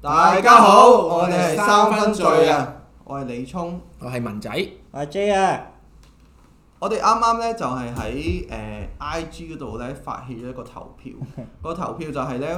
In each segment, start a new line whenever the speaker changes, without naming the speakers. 大家好，我哋係三分醉啊！我係李聰，
我係文仔，
阿 J 啊，
我哋啱啱咧就係喺誒 IG 嗰度咧發起咗一個投 票，個投票就係咧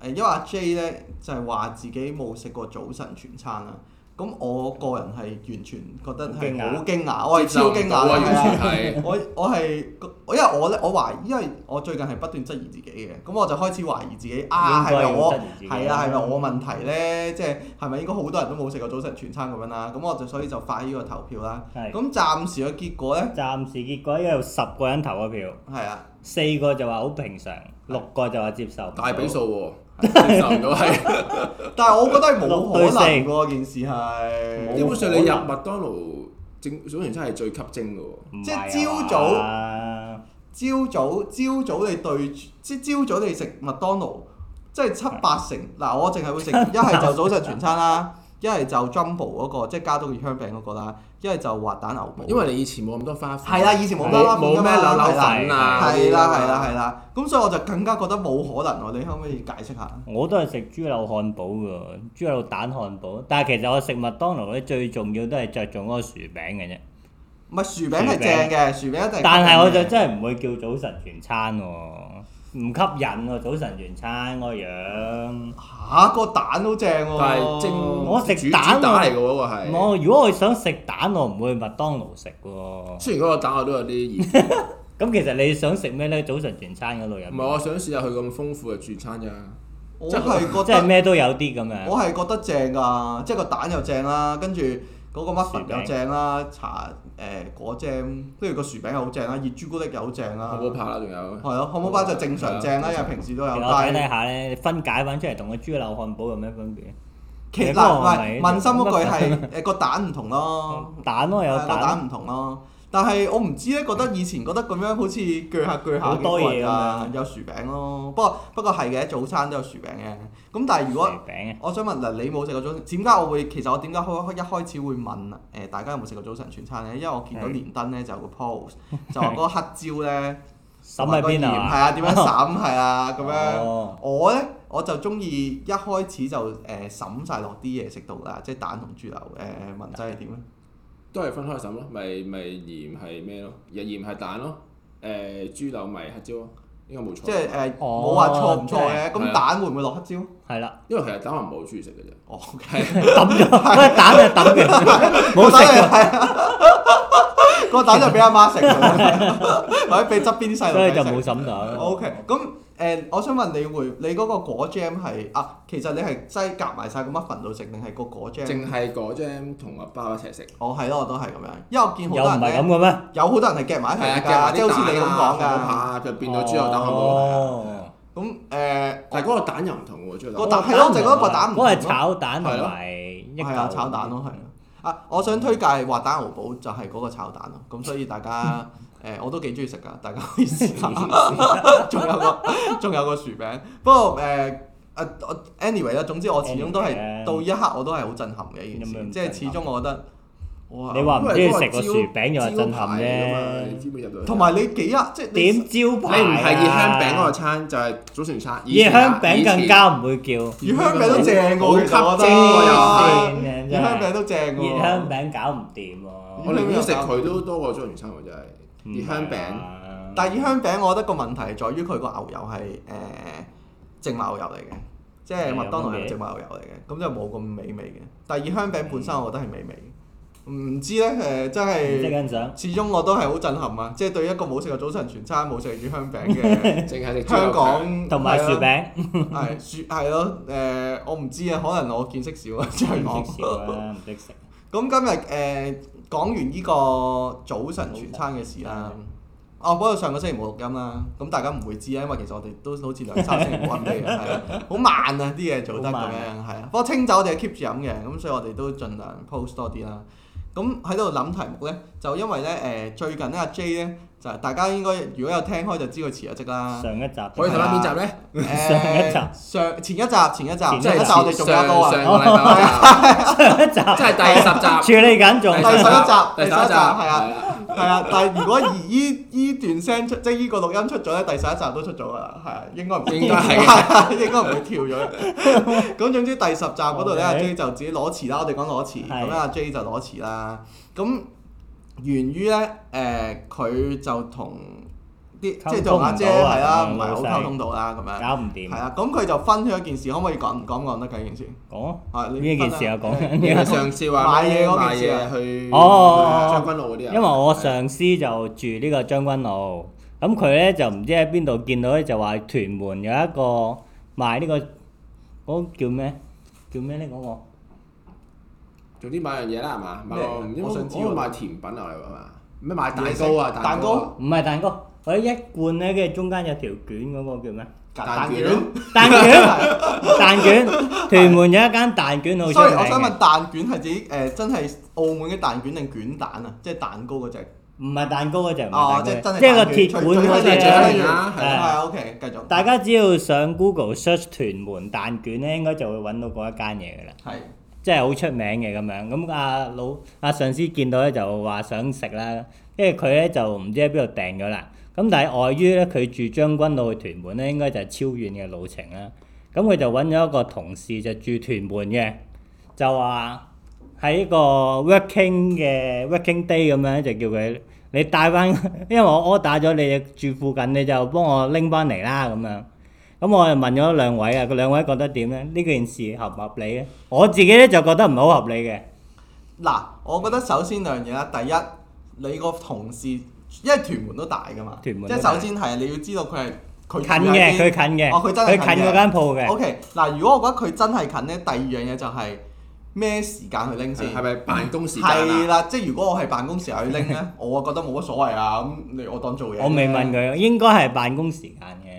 誒，因為阿 J 咧就係話自己冇食過早晨全餐啦。咁我個人係完全覺得係好驚訝，我係超驚訝
啊！
嘅係啊
完全係
我我係我因為我咧，我懷疑，因為我最近係不斷質疑自己嘅，咁我就開始懷疑自己啊，
應該
係
要
咪我
質疑自己
係啊係咪我問題咧？即係係咪應該好多人都冇食過早晨全餐咁樣啦？咁我就所以就發呢個投票啦。
係
咁暫時嘅結果咧，
暫時結果因為有十個人投咗票，
係啊，
四個就話好平常，六個就話接受。
大比，數喎，接受唔到係。
但係我覺得係冇
六
可
對四
能喎，件事係
冇
基本上你入麥當勞正早完餐係最吸睛嘅喎。
即
啊
係朝早朝早朝早你對住即係朝早你食麥當勞，即係七八成嗱，我淨係會食一係就早晨全餐啦。一係就 Jumbo 嗰、個，即係加多個香餅嗰個啦；一係就滑蛋牛堡。
因為你以前冇咁多花
係啦，以前冇乜啦，
冇咩扭扭粉啊，
係啦，係啦，係啦。咁所以我就更加覺得冇可能喎。你可唔可以解釋下？
我都係食豬柳漢堡㗎，豬柳蛋漢堡。但係其實我食麥當勞咧，最重要都係着重嗰個薯餅嘅啫。
唔係薯餅係正嘅，薯餅一定。
但係我就真係唔會叫早晨全餐喎、唔吸引喎、早晨全餐嗰個樣。
嚇個蛋都正喎。
但係蒸
我食
煮
蛋
蛋啊
喎
嚟嘅喎，嗰個係。
我如果我想食蛋，我唔會去麥當勞食喎、
雖然嗰個蛋我都有啲意見，
咁其實你想食咩咧？早晨全餐嗰度有
唔
咩，
係我想試下佢咁豐富嘅主餐咋。
啊我係
即
覺
係啊
得，
咩都有啲咁樣。
我係覺得正㗎，即係個蛋又正啦，跟住嗰個 muffin
薯餅
又正啦，茶誒果醬，跟住個薯餅又好正啦，熱朱古力又好正啦
漢。堡扒啦，仲有。
係咯，漢堡包就正常正啦，因為平時都有。
其實我睇
但係
睇下咧，分解翻出嚟同個豬柳漢堡有咩分別？
其
你
嗱，
幫我
唔係
咪
問心嗰句係 誒個蛋唔同咯。
蛋咯，有
係啊個
蛋。
蛋唔同咯。但係我唔知咧，覺得以前覺得咁樣好似鋸下鋸下
好多嘢咁樣
啊，有薯餅咯。不過不過係嘅，早餐都有薯餅嘅。咁但係如果
薯餅啊，
我想問嗱，你冇食過早晨，點解我會其實我點解開一開始會問誒、大家有冇食過早晨全餐咧？因為我見到
係
連登咧就有個 post 就話嗰個黑椒咧
審喺
同埋個
邊
鹽
啊？
係啊，點樣 審係啊咁樣。
哦，
我咧我就中意一開始就誒、審晒落啲嘢食度啦，即係蛋同豬柳誒、文仔係點咧？
哦
都係分開審咯，咪咪鹽係咩咯？日鹽係蛋咯，誒豬柳咪黑椒咯，應該冇錯。
即係誒
哦
冇話錯唔錯嘅，
即係
咁
啊
蛋會唔會落黑椒？
係啦，
因為其實蛋我唔係好中意食嘅啫。
哦
係
抌咗，喂蛋係抌嘅，冇
個蛋
食
就係啊， 個蛋就俾阿媽食嘅， 或者俾側邊啲
過，
細
所以就
路
冇
仔食。
審到。
O K，咁誒，我想問你會你嗰個果 jam 係啊？其實你係擠夾埋晒個 muffin 度食，定係個果 jam？
淨係果醬同個包一齊食。
我係咯，我都係咁樣，因為我見好
又唔
多人
係咁
咧，
嘅咩？
有好多人係夾埋一
係啊，
齊
夾埋
㗎，即
啲
係好似
蛋
你咁講㗎。
啊，就變
Dạ.
咗豬油蛋漢堡。係啊
哦，
咁誒，
但係嗰個蛋又唔同喎，豬油
個
蛋。
蛋係咯就係嗰個蛋唔
嗰
同
個
咯
係炒蛋同
係咯
埋一
係啊，
嚿
炒蛋咯，係啊。啊，我想推介滑蛋牛堡就係嗰個炒蛋咯，咁所以大 家誒、我都幾中意食㗎，大家可以試下。 仲有個仲有個薯餅，不過誒。啊我 anyway 啦，總之我始終都係
Anyway 啊
到一刻我都係好震撼嘅一件
有
事，
咩咁
即係始
震
終我覺得，哇！
你話唔中意食個
因
薯
為嗰個
餅又係震撼
招牌嚟㗎嘛你
啫。
知唔知入到去？
同埋你幾日即係你
點招牌啊？
你唔係熱香餅嗰個餐，就係早晨餐。以
熱
前啊
香餅更加唔會叫。
魚香餅都正
好
喎，其實我覺
吸睛喎又
得
係
啊正嘅啊
魚香餅
真係
都正喎，
熱香餅搞唔掂喎。
我寧願食佢都多過早晨餐喎，真係
Ừ.
熱香餅。
餅
但係熱香餅，我覺得個問題係在於佢個牛油係誒植物牛油嚟嘅，即係麥當勞係植物牛油嚟嘅，咁就冇咁美味嘅。但係熱香餅本身我覺得係美味嘅，唔知咧誒、真
唔識啊
係
欣賞。
始終我都係好震撼啊！即係對一個冇食過早晨全餐、冇食過熱香餅 嘅
淨係食豬
香
油餅
港
同埋薯餅，
係薯係咯誒，我唔知啊，可能我見識少啊，香港
唔。識少啦，唔識食。
咁今日誒、呃、講完呢個早晨全餐嘅事啦，哦，不過上個星期冇錄音啦，咁大家唔會知啊，因為其實我哋都好似兩三星期冇 update 嘅，係啊，好慢啊啲嘢做得咁
好慢
樣，係啊。不過清酒我哋係 keep 住飲嘅，咁所以我哋都盡量 post 多啲啦。咁喺度諗題目咧，就因為咧誒、呃最近咧阿 J 咧就係大家應該如果有聽開就知佢辭咗職啦。
上一集
可以睇翻邊集咧？
誒
上
上前一集前一集，
前一
即
集
係一集我哋仲有一個
上
啊，
上個禮拜
上一
嗰
集
集，即係第十集。
處理緊仲
第十一集
第十
第十
一
一
集
集係啊
係啊，
係啊。但係如果而依依段聲出，即係依個錄音出咗咧，第十一集都出咗㗎啦，係啊，應該唔
應該係
係 應該唔會跳咗。 咁總之第十集嗰度咧，阿
OK
J 就自己攞詞啦，我哋講攞詞，
係
咁阿 J 就攞詞啦。咁源於咧誒，佢就同啲即係同阿姐
溝通唔到啊
係啦，
嗯
唔係好
老細
溝通到啦咁樣。
搞唔掂
係，啦，咁佢就分享一件事，可唔可以講講講得緊件事？
講啊
啊，你
呢件事啊
分
講
享
緊
你
呢
係
個
上次話咩
買嘢嗰
買
件事啊
嘢去
哦哦哦
將軍澳嗰啲啊，
因為我上司就住呢個將軍澳，咁佢咧就唔知喺邊度見到咧，就話屯門有一個賣呢、個嗰、叫咩叫咩咧嗰個
總之買樣嘢啦，係嘛？買
咩
個唔知
我想知
我
喎
買甜品啊，係嘛？咩買蛋糕啊？
蛋糕
啊
唔係蛋糕，嗰啲一罐咧，跟住中間有條卷嗰個叫咩？
蛋
卷
卷。
蛋卷，蛋卷，屯門有一間蛋卷好出
sorry，我
名
想問
嘅，
蛋卷係指誒真係澳門嘅蛋卷定卷蛋啊？即係蛋糕嗰只。
唔係蛋糕嗰只，唔
哦，
係
即係真係
蛋糕，即係個
蛋卷
鐵管
最
嗰
最最
緊要
緊
係
只
最緊
要
要
咧。
啦
係啊係 OK，繼續。
大家只要上 Google search 屯門蛋卷咧，應該就會揾到嗰一間嘢㗎啦。
係
即係好出名嘅咁樣。咁阿老阿上司見到咧就話想食啦，跟住佢咧就唔知喺邊度訂咗啦。咁但係礙於咧佢住將軍澳去屯門咧，應該就係超遠嘅路程啦。咁佢就揾咗一個同事就住屯門嘅，就話喺一個 working 嘅 working day 咁樣就叫佢你帶翻， 因為我 order 咗你住附近，你就幫我拎翻嚟啦咁樣。咁我就問咗兩位啊，佢兩位覺得點咧？呢件事合唔合理咧？我自己咧就覺得唔係好合理嘅，
嗱，我覺得首先兩樣嘢啦，第一你個同事，因為屯門都大㗎嘛，
屯門
即
都
係
大
首先係你要知道佢係佢
近
住
嘅
喺邊
佢近嘅，
哦佢真係
佢近嗰間鋪嘅，
OK，嗱，如果我覺得佢真係近咧，第二樣嘢就係咩時間去拎先？
係咪辦公時間
係
啊？
啦，即係如果我係辦公時候去拎 咧，我啊覺得冇乜所謂啊，咁你我當做嘢。
我未問。佢，應該係辦公時間嘅，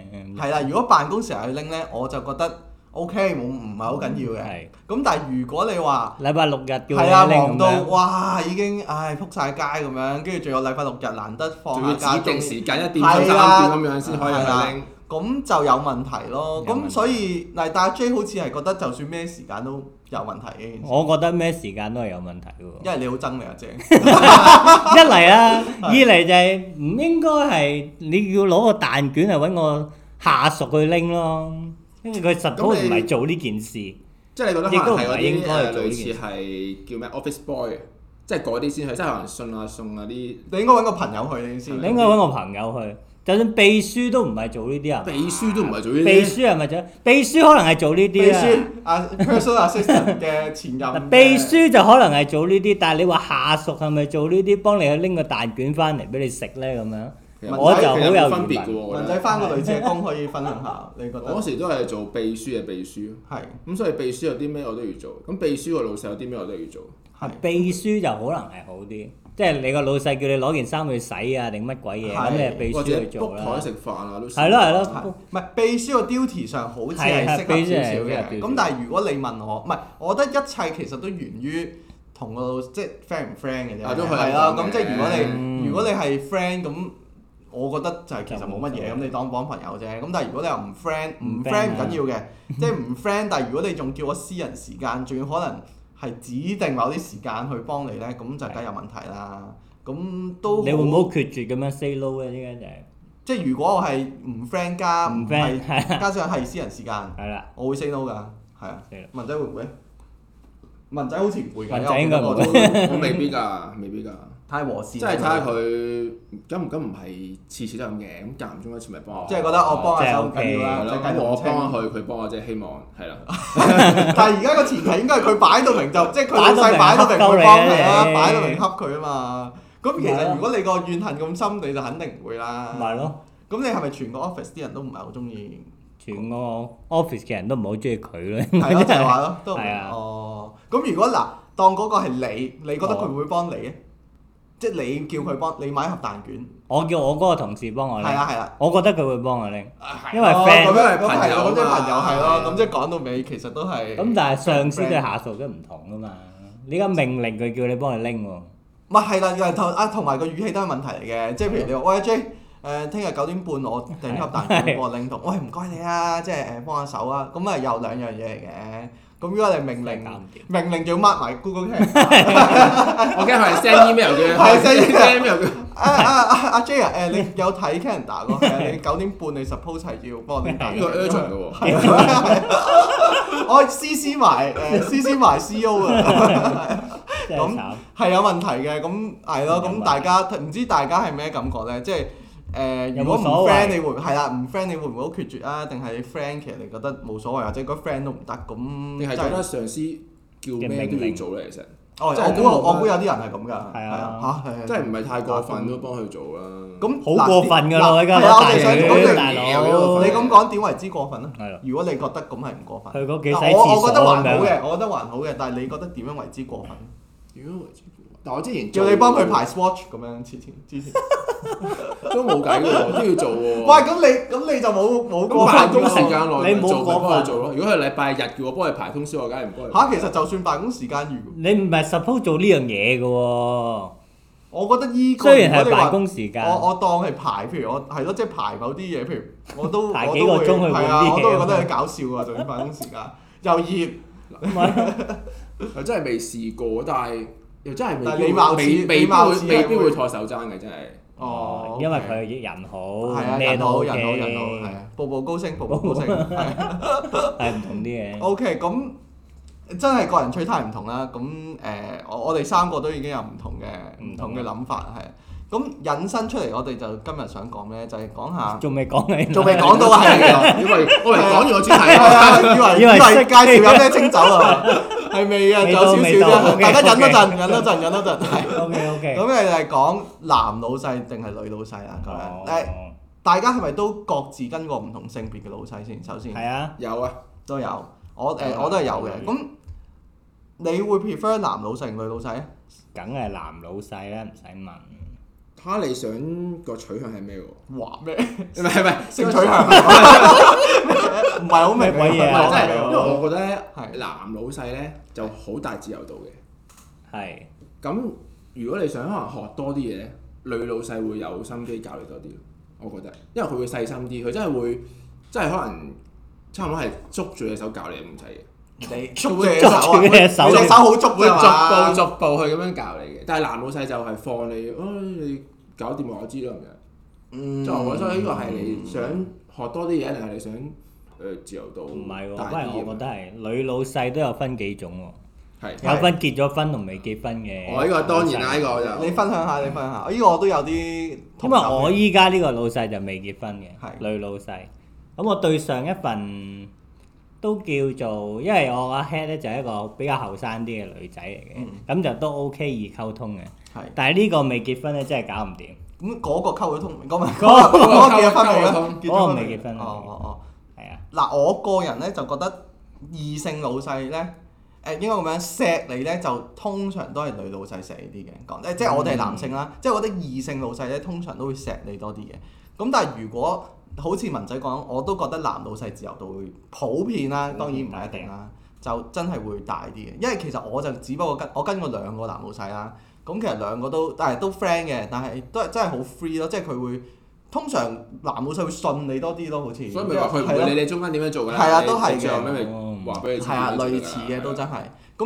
係啦，如果辦公時候去拎咧，我就覺得 OK，冇唔係好緊要嘅。
嗯係
咁但係如果你話
禮拜六日叫你
係啊，
拎
忙
咁
到
樣，
哇已經唉撲晒街咁樣，跟住仲有禮拜六日難得放
仲
下假，
要指定時間一點
係
三
啦
三點咁樣先可以
係啦
去拎。
咁就有問題咯。
有問題
咁所以嗱，但係 J 好似係覺得就算咩時間都有問題嘅，
我覺得咩時間都係有問題嘅 喎。
因為你好憎你阿姐。
一嚟啦，二嚟就係唔應該係你要攞個蛋卷嚟揾我下屬去拎咯，因為佢實都唔係做呢件事。
即係你覺得可
亦
能
都唔
係嗰
係應該
啲誒
做呢
類
件
似
事
係叫咩 office boy，即係嗰啲先去，即係可能信啊送啊啲秘
你應該揾個朋友去你先。
你應該揾個朋友去，就算秘書都唔係做呢啲啊。
書都唔係做呢
秘
啲。
書係咪做？秘書可能係做呢
秘
啲
書
啊。
啊，personal assistant 嘅前任。
秘書就可能係做呢啲，但係你話下屬係咪做呢啲，幫你去拎個蛋卷翻嚟俾你食咧咁樣？
其實
我就
其實
好有
冇分別
疑
嘅
問
喎，我
文
覺
仔
得。
翻個類似嘅工可以分享下，你覺
我
得
嗰？時都係做秘書嘅秘書，
係
咁所以秘書有啲咩我都要做，咁秘書個老細有啲咩我都要做。
係
秘書就可能係好啲，即係你個老細叫你攞件衫去洗啊，定乜鬼嘢咁，
係
你係秘
或
書
者
去做
book
啦
台。食飯啊都試過。
係咯係咯
係唔係秘書個 duty 上好似係
係係
適合
秘書係
少少
適合
嘅？
少
咁
少
但係如果你問我，唔係，我覺得一切其實都源於同個老即係 friend 唔 friend 嘅啫。
啊都係
係啦，
咁嘅
咁即係如果你
嗯
如果你係 friend 咁。我覺得就係其實冇乜嘢，咁
就冇
你當幫朋友啫。咁但係如果你又唔 friend，唔
唔
friend 唔
friend 啊
緊要嘅， 即係唔 friend。但係如果你仲叫我私人時間，仲要可能係指定某啲時間去幫你咧，咁就梗係有問題啦。咁都
你會唔會好決絕咁樣 say no 咧？依家就係
即係如果我係唔 friend 加
唔
唔
friend，啊
係加上係私人時間，
係啦，
我會 say no 㗎，係啊
say no。
文仔會唔會？文仔好似唔會㗎，
文仔應該唔
因為我
會
覺得我都
我未必㗎，未必㗎。
太和善。
即係睇下佢咁唔咁唔係次次都係咁嘅，咁間唔中一次咪幫我。
即係覺得我幫下手
即係 OK
緊要
係
啦，
咯
就
咁
緊
我
我
幫
清。
佢，佢幫我即係希望係啦。
但係而家個前提應該係佢擺到明就，即係佢老細擺
擺
到
到
明
明
佢幫佢啦，
黑鳩你啊
擺到明恰佢啊嘛。咁其
係
實
啊
如果你個怨恨咁深，你就肯定唔會啦。
咪係。咯。
咁你係咪全個 office 啲人都唔係好中意？
全個 office 嘅人都唔係好中意佢咯，
係 咯，就係話咯，都唔
係啊
哦。咁如果嗱，當嗰個係你，你覺得佢會唔會幫你
哦
咧？即係你叫佢幫你買一盒蛋卷，
我叫我嗰個同事幫我拎
係，啊係啊。
我覺得佢會幫我拎，哦因為
哦咁
friend。
樣係朋友，咁即係朋友係
係啊
咯，咁即係講到尾其實都係。
咁但係上司對下屬都唔同噶嘛，你而家命令佢叫你幫佢拎喎，
唔咪係啦，又係同啊，同埋個語氣都係問題嚟嘅。即係譬
嗯
如你話，喂 J，誒聽日九點半我訂盒蛋卷俾我拎同，喂唔該你啊，即係誒幫下手啊。咁啊又兩樣嘢嚟嘅。咁如果你命
真係搞唔
令
掂
命令仲要 mark 埋 Google Calendar
我驚佢係 send email 嘅，
係 send
send email 嘅。
啊啊啊阿 J 啊，誒你有睇 Calendar 個？係啊你九點半你 suppose 係要幫我拎蛋 卷
呢個
嘅
urgent 嘅
啊
喎，
我 CC 埋 誒 CC 埋 CO 啊。
真係慘。
係有問題嘅，咁係咯，
有問
咁
題
大家唔知大家係咩感覺咧？即係誒，如
有冇
果唔
所謂
friend 你會係啦，唔 friend 你會唔會好決絕啊？定係你 friend 其實你覺得冇所謂，或者個 friend 都唔得咁，
定係
真
覺
係
得上司叫咩都要做咧？其實
哦，
真係
我估
都冇乜
我估有啲人係咁㗎，係
係啊
啊嚇，係啊
真係唔係太過分都幫佢做啦。
咁
好過分㗎
嗱
咯，依家
係啊，我
攞
哋想講
大魚
你
講
大
大
佬
佬，
你咁講點為之過分啊？
啊係咯啊
如果你覺得咁係唔過分，
去嗰幾洗
嗱我我覺得還好
廁所咁樣
嘅，我覺得還好嘅，但係你覺得點樣為之過分？
如果為之但我之前
叫
做
你幫佢排 swatch 咁樣，之前之 前。
都冇計嘅喎，都要做
喂，
喎。
咁你咁你就冇冇
咁
過
辦公
分
時間內
你冇
做咪
過分
幫佢做咯。如果佢禮拜日叫我幫佢排通宵，我梗係唔幫佢。
嚇，其實就算辦公時間如，
你唔係 suppose 做呢樣嘢嘅喎，
我覺得依個
雖然係
如果你話
辦公時間，
我我當係排，譬如我係咯，即係排某啲嘢，譬如我都
排
我
幾
都
個
會
鐘去換
係啊，
啲
我都會
嘢
覺得
咁
佢搞笑啊！就算辦公時間又熱，
唔係
又真係未試過，但係又真係
但係
未必
你貌似
未
你
未必
貌
會
似係
未必
會
會拖手踭嘅，真係。
哦，
因為
OK
佢人好
係，啊，
咩
人
都
好
OK，
人好人好，係啊，步步高升，步步高 升。係啊
係唔同啲嘅。
OK，咁真係個人取態唔同啦。咁誒，我我哋三個都已經有唔同嘅唔
唔
同
同
嘅諗法係。咁引申出嚟，我哋就今日想講咩？就係 講下。
仲未講你，
仲未講 到啊，係啊，
因為我哋講完個主 題
係
啦，
啊，以為以
以為
為
識
介紹有咩清酒 啊，係未啊？仲
未
有
到
少少
未到
啫，
，OK，
大家忍多
OK
陣，忍多陣，忍多陣，係。
OK
咁
OK，
誒就係講男老細定係女老細啦，咁
哦
樣誒，大家係咪都各自跟過唔同性別嘅老細先？首先
係啊，
有啊，
都有，我
係
誒
啊
我都係有嘅。咁你會 prefer 男老細定女老細啊？
梗係男老細啦，唔使問。
睇下你想個取向係咩喎？
話 咩
唔係 唔係
性取向？唔係好明
咩鬼
唔
嘢
係
啊
真係，因為
啊！
我覺得咧
係
男老細咧就好大自由度嘅。
係
咁如果你想可能學多啲嘢，女老細會有心機教你多啲咯。我覺得，因為佢會細心啲，佢真係會，真係可能差唔多係捉住你手教你咁滯 嘅。
你
捉
捉住隻
捉
手啊
住隻手
你隻手好捉
會
㗎嘛
逐步逐步去咁樣教你嘅，但係男老細就係放你，唉、你搞掂我知啦咁樣。
嗯
即係我覺得呢個係你想學多啲嘢，定係你想誒、呃自由度
唔係喎？
大
不
啲
啊
過我覺得係女老細都有分幾種
係
喎，有分結咗婚同未結婚嘅。
我呢個當然啦，呢個就
你分享下，你分享下。呢個我都有啲
因
同
為
感嘅，
啊我依家呢個老細就未結婚嘅
係，
女老細。咁我對上一份都叫做，因為我阿 head 咧就係一個比較後生啲嘅女仔嚟嘅，咁、就都 OK 易溝通嘅。
係
但係呢個未結婚咧，真係搞唔掂。
咁嗰個溝佢通，唔係嗰咪嗰
嗰
個
個
嗰個結咗婚
溝
未
佢
啊
通？
結咗
嗰個未結婚
哦哦哦。
係啊，
嗱，我個人咧就覺得異性老細咧，誒應該咁樣錫你咧，就通常都係女老細錫你啲嘅。講誒，即係我哋係男性啦，即係我覺得異性老細咧，通常都會錫你多啲嘅。咁但係如果好似文仔講，我都覺得男老細自由度會普遍啦，當嗯然唔係一定啦，就真係會大啲嘅。因為其實我就只不過跟我跟過兩個男老細啦，咁其實兩個都但係都 friend 嘅，但係都係真係好 free 咯，即係佢會通常男老細會信你多啲咯，好似
所以咪話佢唔
係咯
會理你中間點樣做㗎啦。
係啊
你
都係嘅
最後尾咪話俾你知
係啊，
點樣做㗎
類
啦
似嘅都
係啊
真係。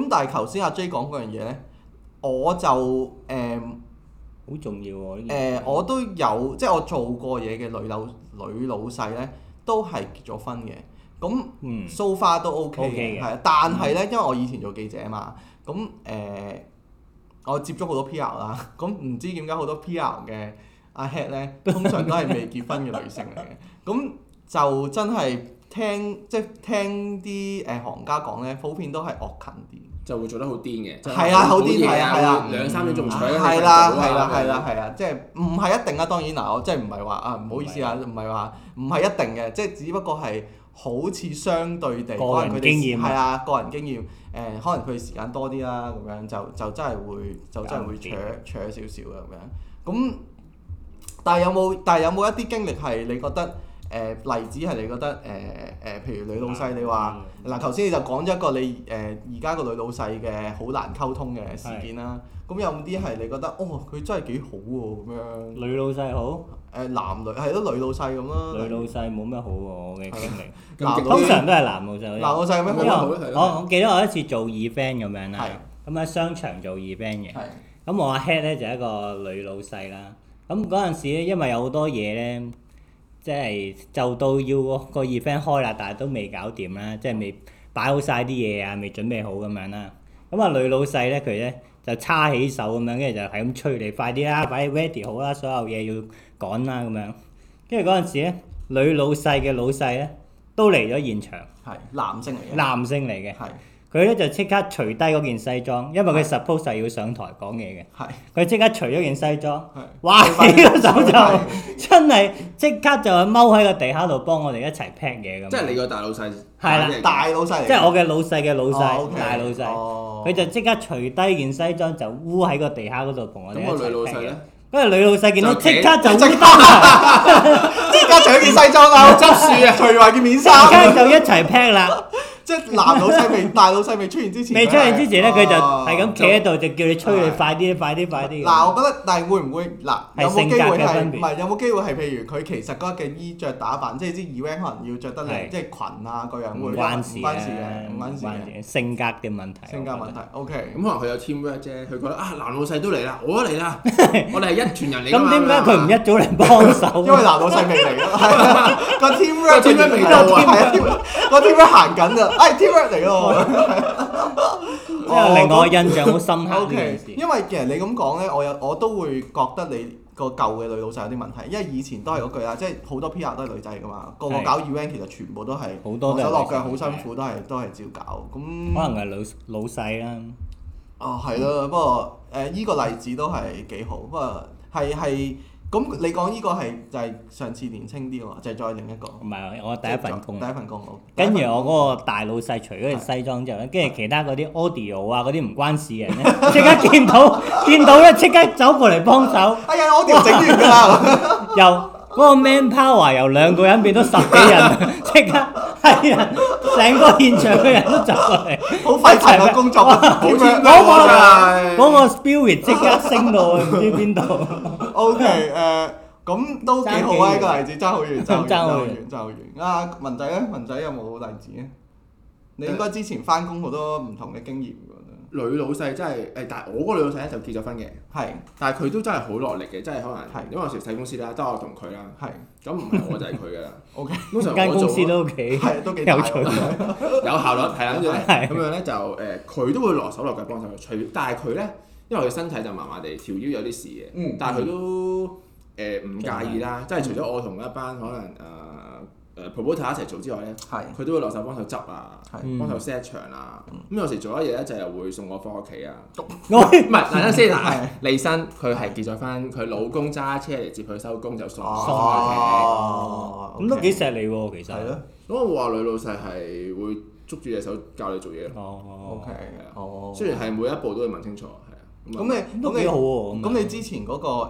咁但係頭先阿 J 講嗰樣嘢咧，我就誒誒、
好重要喎、呢樣
我都有即係我做過嘢嘅女老女老細咧，都係結咗婚嘅。咁
嗯
so far 都 OK
OK
嘅，
嘅嗯
係啊。但係咧，因為我以前做記者嘛，咁誒、我接觸好多 PR 啦，咁唔知點解好多 PR 嘅阿 head 咧，通常都係未結婚嘅女性嚟嘅，咁就真係聽即係聽啲誒行家講咧，普遍都係惡勤啲。
就會做得好癲嘅。真
係啊好癲
夜
係啊係啊
會兩三點仲搶緊你
係啦，
份稿啊
係啦，係啦，係啊，即係唔係一定啊？當然嗱，我即係唔係話啊，唔好意思啊，唔係話唔係一定嘅，即係只不過係好似相對地，
個
可
人
能佢
經
哋
驗啊
係啊，個人經驗誒，可能佢哋時間多啲啦，咁樣就就真係會就真係會扯
搞唔
扯少少嘅咁樣。咁但係有冇但係有冇一啲經歷係你覺得誒、誒例子係你覺得誒誒，譬如女老細你話
嗯
嗱，頭先你就講咗一個你誒而家個女老細嘅好難溝通嘅事件啦。咁有冇啲係你覺得哦，佢真係幾好喎咁樣？
女老細好，
誒男女係咯，女老細咁啦。
女老細冇咩好喎，我嘅經歷。
男啊老
通
細
常都係男老細。
男老細有咩
因
好
為
男
啊？
老細係啦
我我記得我一次做 event 咁樣啦
係，
咁喺商場做 event 嘅。
係
咁我阿 head 咧就係一個女老細啦。咁嗰陣時咧，因為有好多嘢咧，即係就到要個個 event 開啦，但係都未搞掂啦，即係未擺好晒啲嘢啊，未準備好咁樣啦。咁啊，女老細咧佢咧就叉起手咁樣，跟住就係咁催你快啲啦，快啲 ready 好啦，所有嘢要趕啦咁樣。跟住嗰陣時咧，女老細嘅老細咧都嚟咗現場，
係男性嚟嘅。
男性嚟嘅。
係
佢咧就即刻除低嗰件西裝，因為佢 suppose 係要上台講嘢嘅。
係
佢即刻除咗件西裝，
係。
哇！
佢
起個手
佢快
就真係即刻就踎喺個地下度幫我哋一齊 pack 嘢咁。
即係你個大老細
係啦
大老細嚟嘅。
即係我嘅老細嘅老
哦
細
，OK
大老細，
哦
佢就即刻除低件西裝就烏喺個地下嗰度同我哋一
咁個
齊
女老
pack
細
嘢
咧。，
跟住女老細見到
就企
即刻就烏
即刻
低啦，
即刻除咗件西裝 啦，執樹啊，除埋件面
即刻
衫。
就一齊 pack 啦。
即係男老細未大老細未出現之前。
未出嚟之前咧，佢就
哦
係咁企喺度，就叫你催你
係
快啲、快啲、快啲。
嗱，我覺得，但係會唔會嗱
係
有冇機
性格
會
嘅
係
分別
唔係有冇機會係譬如佢其實嗰日嘅衣着打扮，即係啲 event 可能要着得
係
靚，即係裙啊嗰樣會
唔關事啊
唔
嘅
關事嘅，唔關事嘅，
嘅，性格嘅問題。
性格問題。
咁
OK，
可能佢有 teamwork 啫，佢覺得啊男老細都嚟啦，我都嚟 啦，我哋係一團人嚟㗎
咁
嘛
點解佢唔一早嚟幫手？啊
因為男老細未嚟啊，係啊個 teamwork
個 teamwork 未到啊
係啊，teamwork- 個 teamwork 行緊啊，哎 teamwork 嚟 咯，
因為令我
哦
印象好深刻
O
呢件
K，
事。
因為其實你咁講咧，我有我都會覺得你個舊嘅女老細有啲問題，因為以前都係嗰句啦，即係好多 P.R. 都係女仔噶嘛，個個
係
搞 event 其實全部都係
好多都係
手落腳，好
女仔
辛苦，都係都係照搞。
可
咁
能嗯係老老細啦，
啊係啦，不過誒依個例子都係幾好，不過係係咁你講呢個係就係上次年青啲啊喎，就係再另一個
同埋我第一份工啊
第。一份工好，
跟住我嗰個大老細除咗件西裝
啊
之後咧，跟住其他嗰啲 audio 啊嗰啲唔關事嘅人咧， 即刻見到見到咧，即刻走過嚟幫手，
哎呀，我哋整完㗎 啦，
由嗰個 man power 由兩個人變到十幾人， 即刻係啊，成個現場嘅人都走過嚟，
好快齊個工作啊哎
好
teamwork
天
嗰個
真係
嗰個 spirit 即刻升到去唔知邊度。
O K，誒，咁都幾好啊！呢
爭幾遠
個例子爭好遠，爭好
爭好
遠，爭好遠。啊，文仔咧，文仔有冇例子咧？你應該之前翻工好多唔同嘅經驗㗎
女老細真係誒，但係我嗰個女老細咧就結咗婚嘅，
係
但係佢都真係好落力嘅，真係可
係
能因為有時細公司啦，得我同佢啦，
係
咁唔係我就係佢㗎啦。
O K，
通 常
間
我做
公司都幾
係都幾大
有
喎
趣。
有效率係啦，跟住咧
係
咁樣咧就誒，佢、都會落手落腳幫手嘅，除但係佢咧，因為佢身體就麻麻地，條腰有啲事嘅，
嗯
但係佢都誒唔、介意啦，即係除咗我同一班可能誒誒、promoter 呃一齊做之外咧，
係
佢都會落手幫手執啊
係，嗯
幫手 set 場啊，咁有時做咗嘢咧就係會送我翻屋 企啊，
我
唔係嗱等先
係
嗱，李生佢係結咗婚，佢老公揸車嚟接佢收工就送我翻屋企。
哦，
咁都幾錫你喎，其實。
係咯。
咁我話女老細係會捉住隻手教你做嘢咯。
O
哦。
K，哦。
雖然係每一步都要問清楚，係啊。
咁你
都
咁
幾好
你
喎。
咁你之前嗰個誒誒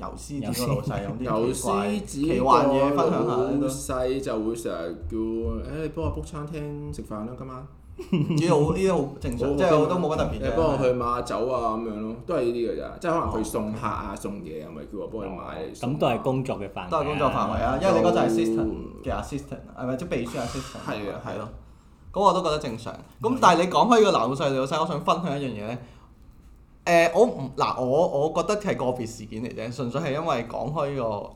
遊獅子嗰個老細有
你有
啲奇怪
獅子
奇幻嘢分享下
老
呢度
細就會成日叫誒、你幫我 book 餐廳食飯啦，今晚。
唔知好呢啲好正常，即係我都冇乜特別
你
嘅。
幫我去買下酒啊咁樣咯，都係呢啲嘅咋，即係可能佢送客啊、送嘢啊，咪叫我幫佢買。
哦咁都係工作嘅範圍。
都係工作範圍啊，因為你嗰陣係 assistant 嘅 assistant，係咪即係秘書 assistant？
係啊
係咯。咁我都覺得正常。咁但係你講開呢個男老細女老細，我想分享一樣嘢咧。誒、我唔嗱，我我覺得係個別事件嚟啫，純粹係因為講開呢個誒、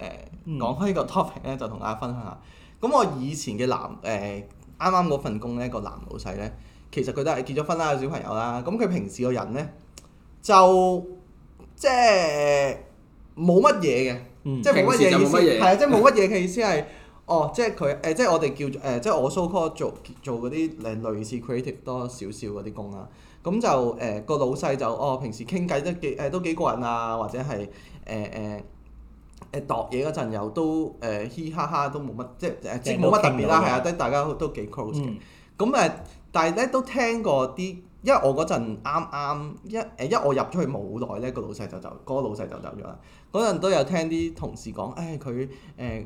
嗯
講開呢個 topic 咧，就同大家分享下。咁我以前嘅男誒啱啱嗰份工咧，個男老細咧，其實佢都係結咗婚啦，有小朋友啦。咁佢平時個人咧就即係冇乜嘢嘅，
嗯
即係冇乜嘢意
平時就冇
思，
乜嘢
係啊，即係冇乜嘢嘅意思係。 哦，即係佢誒，即係我哋叫做誒、即係我 so call 做做嗰啲誒類似 creative 多少少嗰啲工啦。咁就誒、個老細就哦，平時傾偈都幾誒、都幾過癮啊，或者係誒誒誒度嘢嗰陣啊又都誒、嘻哈哈都冇乜，即係誒即係冇乜特別啦，係啊，即係大家都幾 close 嘅。
嗯
咁誒，但係咧都聽過啲，因為我嗰陣啱啱一誒，因為我入咗去冇耐咧，個老細就走，嗰、個老細就走咗啦。嗰陣都有聽啲同事講，誒佢誒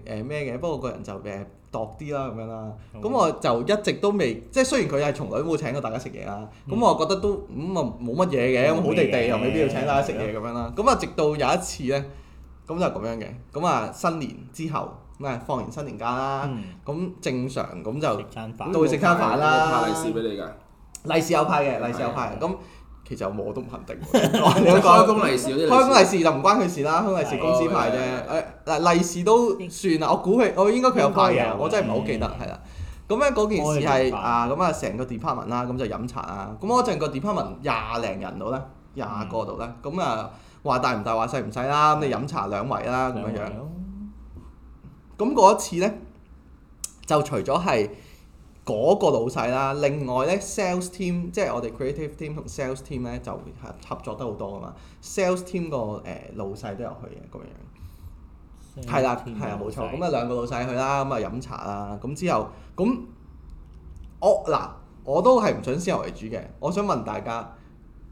誒咩嘅，不過個人就誒度啲啦咁樣啦。咁、
嗯
我就一直都未，即係雖然佢係從來都冇請過大家食嘢啦，咁、我覺得都咁啊冇乜嘢嘅，咁
冇
好地地
嘢
又未必要請大家食嘢咁樣啦。咁啊直到有一次咧，咁就咁樣嘅，咁啊新年之後咩放完新年假啦，
嗯
咁、正常咁就
食。餐飯
都會食餐飯啦
派利是俾你㗎，
利是有派嘅，利是有派嘅。咁其實我都唔肯定喎。
你
你講
開工利是嗰啲利是
開工利是就唔關佢事啦，開工利是
係
公司派啫。誒嗱，利是都算啦，我估佢，我應該佢有派
應該有
嘅，
嘅
我真係唔係好記得，係啦。咁咧嗰件事
開咗
係
飯
啊，咁啊成個 department 啦，咁就飲茶啦。咁我嗰陣個 department 廿零人度啦，廿個度啦。咁啊話大唔大話細唔細啦，咁你飲茶兩圍啦咁樣樣。咁嗰一次咧，就除咗係嗰個老細啦，另外咧 sales team 即係我哋 creative team 同 sales team 咧就合合作得好多噶嘛。sales team 個誒、老細都有去嘅咁樣，係啦，係啊，冇錯。咁啊兩個老細去啦，咁啊飲茶啦，咁之後咁我嗱我都係唔準先入為主嘅。我想問大家，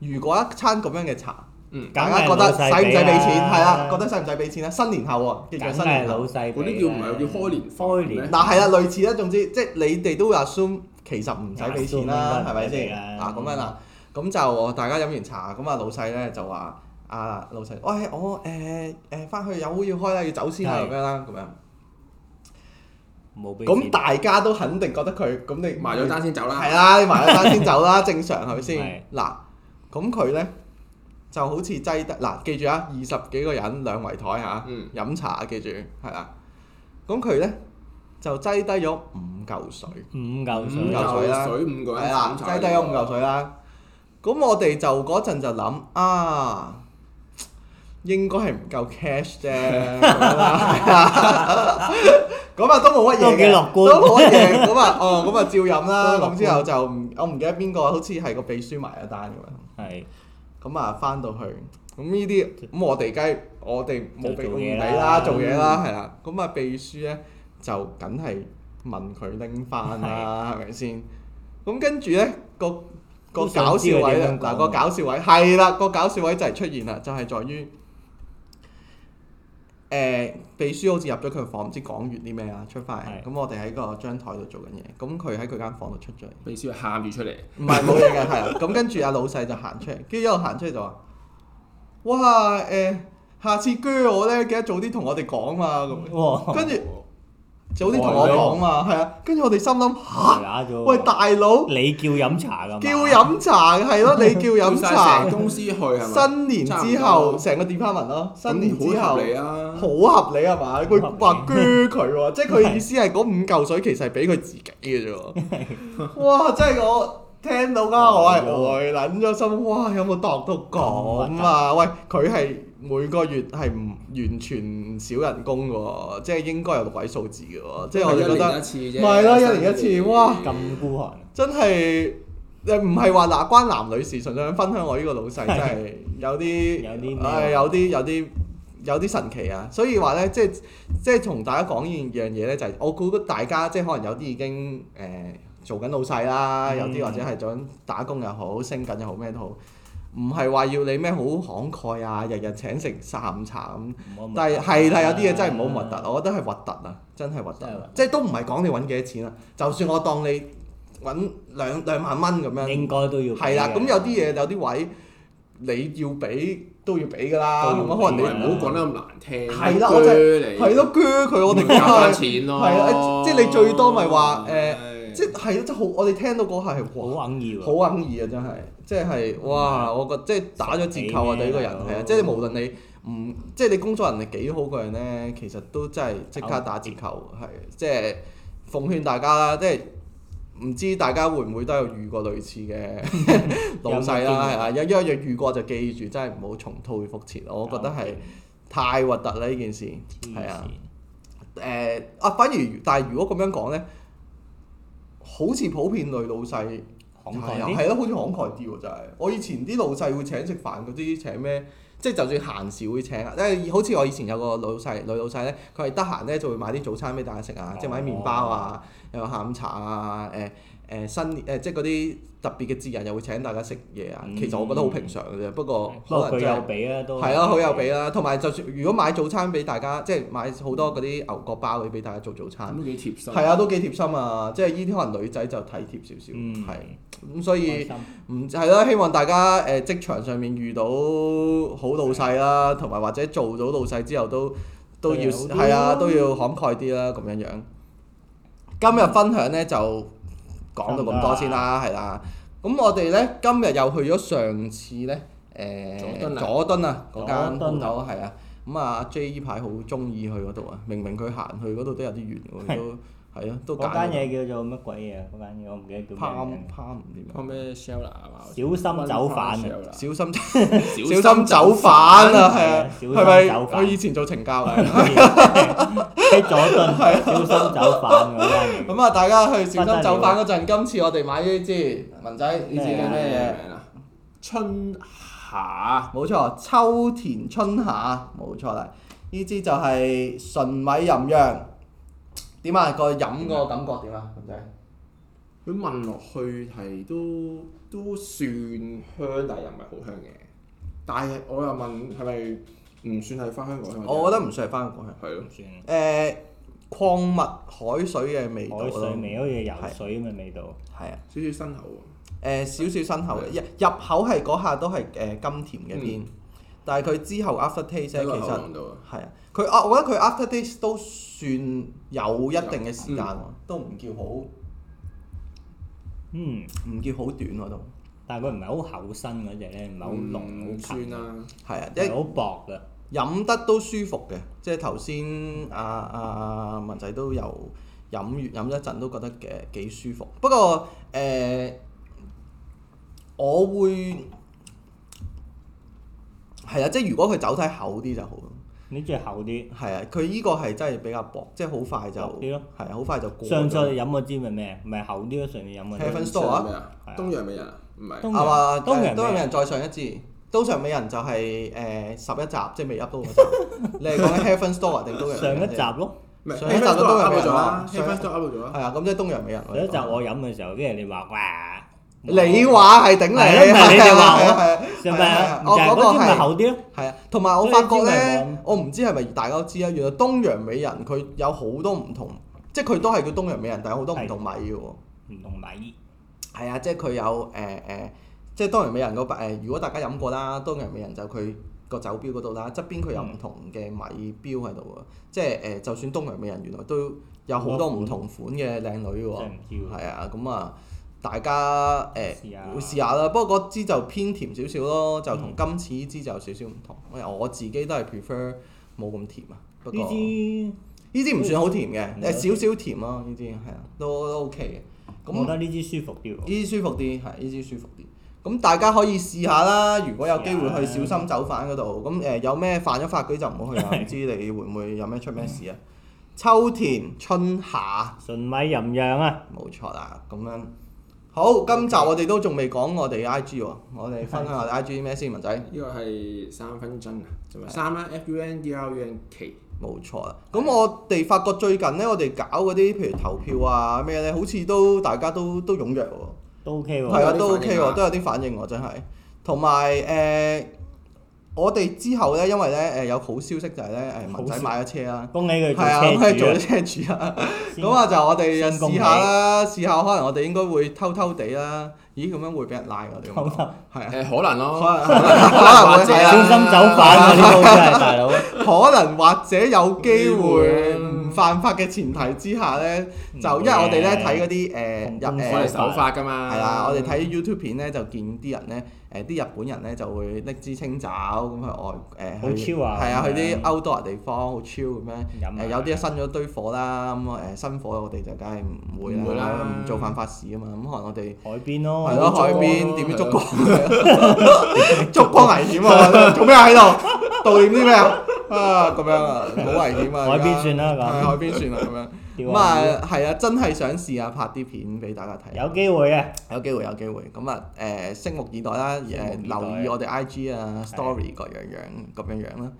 如果一餐咁樣嘅茶，
嗯，
大家覺得使唔使俾錢？係啦，覺得使唔使俾錢咧？新年後喎、記住
梗
新
係
年後
老。細
嗰啲叫唔係叫開年
開年
咩
嗱係啦，類似啦，總之即係你哋都會 assume 其實唔使俾錢啦，
Assume
係咪
應該唔使俾啊
先？啊
啦
嗱咁樣啦，咁就大家飲完茶，咁啊老細咧就話啊老細，喂我誒誒翻去有會要開啦，要走先啦
係
咁樣啦，咁樣。
冇俾
咁大家都肯定覺得佢咁你
埋咗單先走啦。
係啊啦，你埋咗單先走啦，正常係咪先？
係
嗱，咁佢咧就好似擠得嗱，記住啊，二十幾個人兩圍台嚇
嗯，
飲茶啊記住係啦。咁佢咧就擠低咗五嚿水。
五嚿
五
水，
嚿水啦
嚿水五個人
係啦，擠低咗五嚿水啦。咁我哋就嗰陣就諗啊，應該係唔夠 cash 啫。 咁啊都冇乜嘢
都幾
嘅，
樂觀
都冇乜嘢。咁啊哦，咁啊照飲啦。
都樂觀
咁之後就唔，我唔記得邊個，好似係個秘書埋咗單咁
係
樣。咁啊翻到去，咁呢啲咁我哋梗係我哋冇俾
就
唔
做
俾
嘢啦
啦，做嘢啦，係啦。咁啊秘書咧就梗係問佢拎翻啦，係咪先？咁跟住咧個個
都想
搞
知
笑
佢
位
點
啦，
樣講
嗱個搞笑位係啦，個搞笑位就係出現啦，就係、在於誒、秘書好似入咗佢房，唔知講完啲咩啦，出翻
係
嚟。咁我哋喺個張台度做緊嘢，咁佢喺佢間房度出咗嚟，
秘書喊住出嚟，
唔係冇嘢嘅，係啦。咁跟住阿老細就行出嚟，跟住一路行出嚟就話：哇誒、下次鋸我咧，記得早啲同我哋講嘛咁。
哦
哇，
跟住早啲同我講嘛，係啊。跟住我哋心諗嚇，
啊
打咗
喂大佬！
你叫飲茶㗎嘛？
叫飲茶係咯，你叫
叫
飲
晒
茶
成。公司去係咪？
新年之
差唔
後，
多
成個 department 咯，新年
咁
之
好
後
合理啊！
好合理係嘛？佢
好合理
話鋸佢 喎，即係佢意思係嗰五嚿水其實係俾佢自己嘅啫喎。 哇！真係我聽到啦，我係呆撚咗心，哇！有冇度到啊咁啊？喂，佢係每個月係唔完全唔少人工嘅喎，即係應該有六位數字嘅喎，即係我啊哋覺得。
一年一次啫，
咪咯一年一次哇
咁孤寒，
真係誒唔係話嗱關男女事，純粹想分享我呢個老細真係有啲
有啲咩
唉有啲有啲有啲神奇啊！所以話咧，即係即係同大家講呢樣嘢咧，就係、我估大家即係可能有啲已經誒、呃做緊老細啦，
嗯
有啲或者係做緊打工又好，升緊又好咩都好，唔係話要你咩好慷慨啊，日日請食下午茶咁。但係係啦，有啲嘢真係唔好咁核突，我覺得係核突啊，真係核突
真係核突，
即係都唔係講你揾幾多錢啊，就算我當你揾兩兩萬蚊咁
應
樣，
該都要
係啦，咁有啲嘢有啲位你要俾都要俾㗎啦，
都要
咁可能
你
你
俾
唔好講得咁難聽，
係啦我真
係
係咯，鋸佢我哋
交翻
係
錢咯，啊
係啊即係你最多咪話誒
誒
即係係咯，即係好，我哋聽到嗰下係
好
哇，
哽要，
好哽耳啊，真係，即係哇，我覺即係打咗折扣啊，對呢個人係啊，即係無論你。唔即係你工作能力幾好嗰樣咧，其實都真係即刻打折扣，係即係奉勸大家啦，即係唔知大家會唔會都有遇過類似 嘅老細啦，係啊，有一樣遇過就記住，真係唔好重蹈覆轍，我覺得係太核突啦呢件事，係啊。誒、啊，反而但係如果咁樣講咧，好似普遍類老細
慷
啊
慨啲
係啊係咯，好似慷慨啲喎，真係。我以前啲老細會請食飯嗰啲請咩即係就算閒時會請啊，即係好似我以前有個老細女老細咧，佢係得閒咧就會買啲早餐俾大家食
哦
啊，即係買啲麵包啊，又有下午茶啊，誒、誒、新年誒、即係嗰啲特別嘅節日又會請大家食嘢
嗯
啊。其實我覺得好平常嘅啫，不過
不過
可能
佢
真係
有俾啊，都
係咯，好有俾啦。同埋就算如果買早餐俾大家，即係買好多嗰啲牛角包嗰啲俾大家做早餐
咁，都幾貼心。
係啊，都幾貼心啊！即係呢啲可能女仔就體貼少少，
嗯
係咁，所
開
以
心
唔係啦。希望大家誒職場上面遇到好老細啦，同埋或者做到老細之後都都要
對好啲
係啊，都要慷慨啲啦，咁樣樣。今日分享呢就講到咁多先啦，係啦。咁我哋呢，今日又去咗上次呢，
佐
誒
敦啊
佐敦啊嗰間
佐敦
鋪
啊
頭係啊。咁啊，J 依排好中意去嗰度啊，明明佢行去嗰度都有啲遠喎，都係啊，都揀
嗰間嘢叫做乜鬼嘢啊？嗰間嘢我唔記得叫咩
攀
名。
攀唔掂啊，
講咩 Shell 啊嘛，
小心走反啊
Shell 啦
小心 小
小
心走反啊，係啊，
小心
係咪
走反
我以前做懲教啊？
喺佐敦小心走反嗰間嘢。
咁啊，大家去小心走反嗰陣，今次我哋買呢支文仔，呢支
呢支
叫咩
叫咩
嘢？
名啊？春
啊
夏
冇錯，秋田春夏，冇錯啦。呢支就係純米吟釀。點啊？個飲個感覺點啊？文仔，
佢問落去係都都算香，但係又唔係好香嘅。但係我又問係咪唔算係花香果
嗯
香？
我覺得唔算係翻個香。
係咯，
算啦
誒，礦物海水嘅味道
海
咯
水，味好似游水咁嘅味道。
係啊。
少少辛口
誒少少辛口
嗯
嘅，入入口係嗰下都係誒甘甜嘅偏，但係佢之後 after taste
喎，喺
咧
個
其
喉
實
嚨度啊。
係啊，佢啊，我覺得佢 after taste 都算有一定嘅時間喎，都唔叫好唔
嗯，
叫好短喎都
但係佢唔係好厚身嗰只咧，唔係好
Hmm,
濃好
唔
近
酸，啦，
係啊，
係
一
好薄㗎。
飲得都舒服嘅，即係頭先啊啊啊文仔都有飲完飲一陣都覺得嘅幾舒服。不過誒、呃我會係啊，即係如果佢酒體厚啲就好咯。
呢只厚啲。
係啊，佢依個係真係比較薄，即係好快就
薄啲咯
係啊，好快就過咗。
上次我哋飲嗰支咪咩？咪厚啲咯，上次飲嗰
係 Heaven
支。
Store 啊
咩啊
係啊？
東洋美人啊？唔係
東
啊嘛，
東
誒
洋
都有
美
人
人
再上一支。都上美人就係誒十一集，即係未 up 到嗰集。你係講緊 Heaven Store 啊定都有
上
人
一
啫
集咯，
唔係
上一集嘅東洋美
up
人
咗啦
啊上
，Heaven
一
Store up 咗啦。
係啊，咁即係東洋美人。哦
上一集我飲嘅時候，跟住你話哇，
你話係頂你，
係因為你哋話我
係啊
就
係啊係
咪
啊
就
我
係嗰支咪
嗰個係
厚啲咯。
係啊，同埋我發覺
所以呢
咧，我唔知係咪大家都知啊，原來東洋美人佢有好多唔同，即係佢都係叫東洋美人，但係好多唔同米嘅喎。
唔同米，
係啊，即係佢有誒誒、即係當然美人個誒，如果大家飲過啦，當然美人就佢個酒標嗰度啦，側邊佢有唔同嘅米標喺度啊，即係誒、就算東洋美人原來都有好多唔同款嘅靚女
真
喎，
係唔知喎。
係啊，咁啊，大家誒、
試下嗯
會試下啦，不過嗰支就偏甜少少咯，就同今次呢支就有少少唔同，因為我自己都係 prefer 冇咁甜啊，不過。
呢
呢支唔算好甜嘅，
嗯
誒少少甜咯，呢支係啊，都都 OK 嘅。
支，我覺
咁
得呢支舒服啲喎。
呢支舒服啲，係呢支舒服啲。咁大家可以試下啦，如果有機會去
試下
小心走犯嗰度，咁誒、有咩犯咗法規就唔好去 啦。唔知你會唔會有咩出咩事啊？秋田春夏，
純米吟釀啊，
冇錯啦，咁樣。好，今集我哋都仲未講我哋 I G 喎，我哋分享我哋 I G 咩先，文仔？
呢個係三分真啊，就咪三啦，F U N D R U N K。
冇錯啦。咁我哋發覺最近呢，我哋搞嗰啲譬如投票啊咩呢，好似都大家都都踴躍喎。
都 OK
係
喎。
啊，
有啲
都
反應
OK 喎，
啊
都有啲反應喎，真係。同埋誒，我哋之後咧，因為咧誒有好消息就係咧誒文仔
好消息
買咗車啦，
恭喜佢
係啊，咁
做
係做
車主啊
咗車主啦。
先
咁啊，就我哋
先恭
試
喜
下啦，試下可能我哋應該會偷偷地啦。咦，咁樣會俾人拉我哋
偷
咁
偷
講？係啊，
誒可能
可
咯，
能可能會係
小
啊，
心走反啊！呢個真係大 佬。
可能或者有機會
機會啊
唔犯法嘅前提之下咧，就
唔會
因為我哋咧
嘅
睇嗰啲
同
誒
公
入呃誒
我
司。
哋手法㗎嘛。
係啦，我哋睇 YouTube 片咧就見啲人咧，誒、啲日本人咧就會拎支清酒咁去外誒，呃
好
去
chill 啊
係啊，去
咁
啲
樣
outdoor 地方好 chill 咁樣，誒、
飲啊
有啲生咗堆火啦，咁啊誒生火我哋就梗係唔會啦，
唔會啦
唔做犯法事啊嘛，咁可能我哋
海邊咯，
係咯
燭光
海邊
咯
點樣
係
燭
咯
光，燭光危險啊！做咩啊喺度悼念啲咩啊？啊咁樣啊，好危險啊！
海邊
而家
算啦咁
係海邊算啦咁樣。
吊
咁
啊
啊，係啊，真係想試下拍啲片俾大家睇。
有機會啊嘅，
有機會有機會，咁啊誒，拭目以待啦！誒
拭目以待
留意我哋 IG 啊、story 各樣樣咁樣樣啦。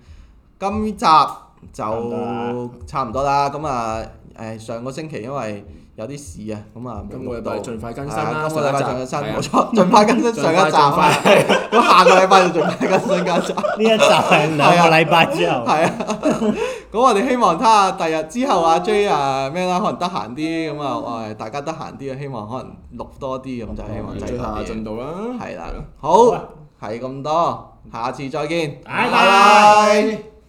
今集
唔多啦
就差唔多啦，咁啊誒上個星期因為有啲事啊，咁啊
今個禮拜
冇錄到
盡快更新啦
係啊今個禮拜
上一
盡
集
新，
係啊
冇錯，盡快更新上一集
盡
啊
快盡快，
咁下個禮拜就盡快更新嗰一集，
呢一集係兩個禮拜之後，
啊係啊。咁我哋希望睇下第日之後阿 J 啊咩啦，可能得閒啲，咁啊誒大家得閒啲啊，希望可能錄多啲咁就希望製
追
作
下
啲嘢
進度啦。
係啦
係咯，
好，係咁多，下次再見，
拜拜。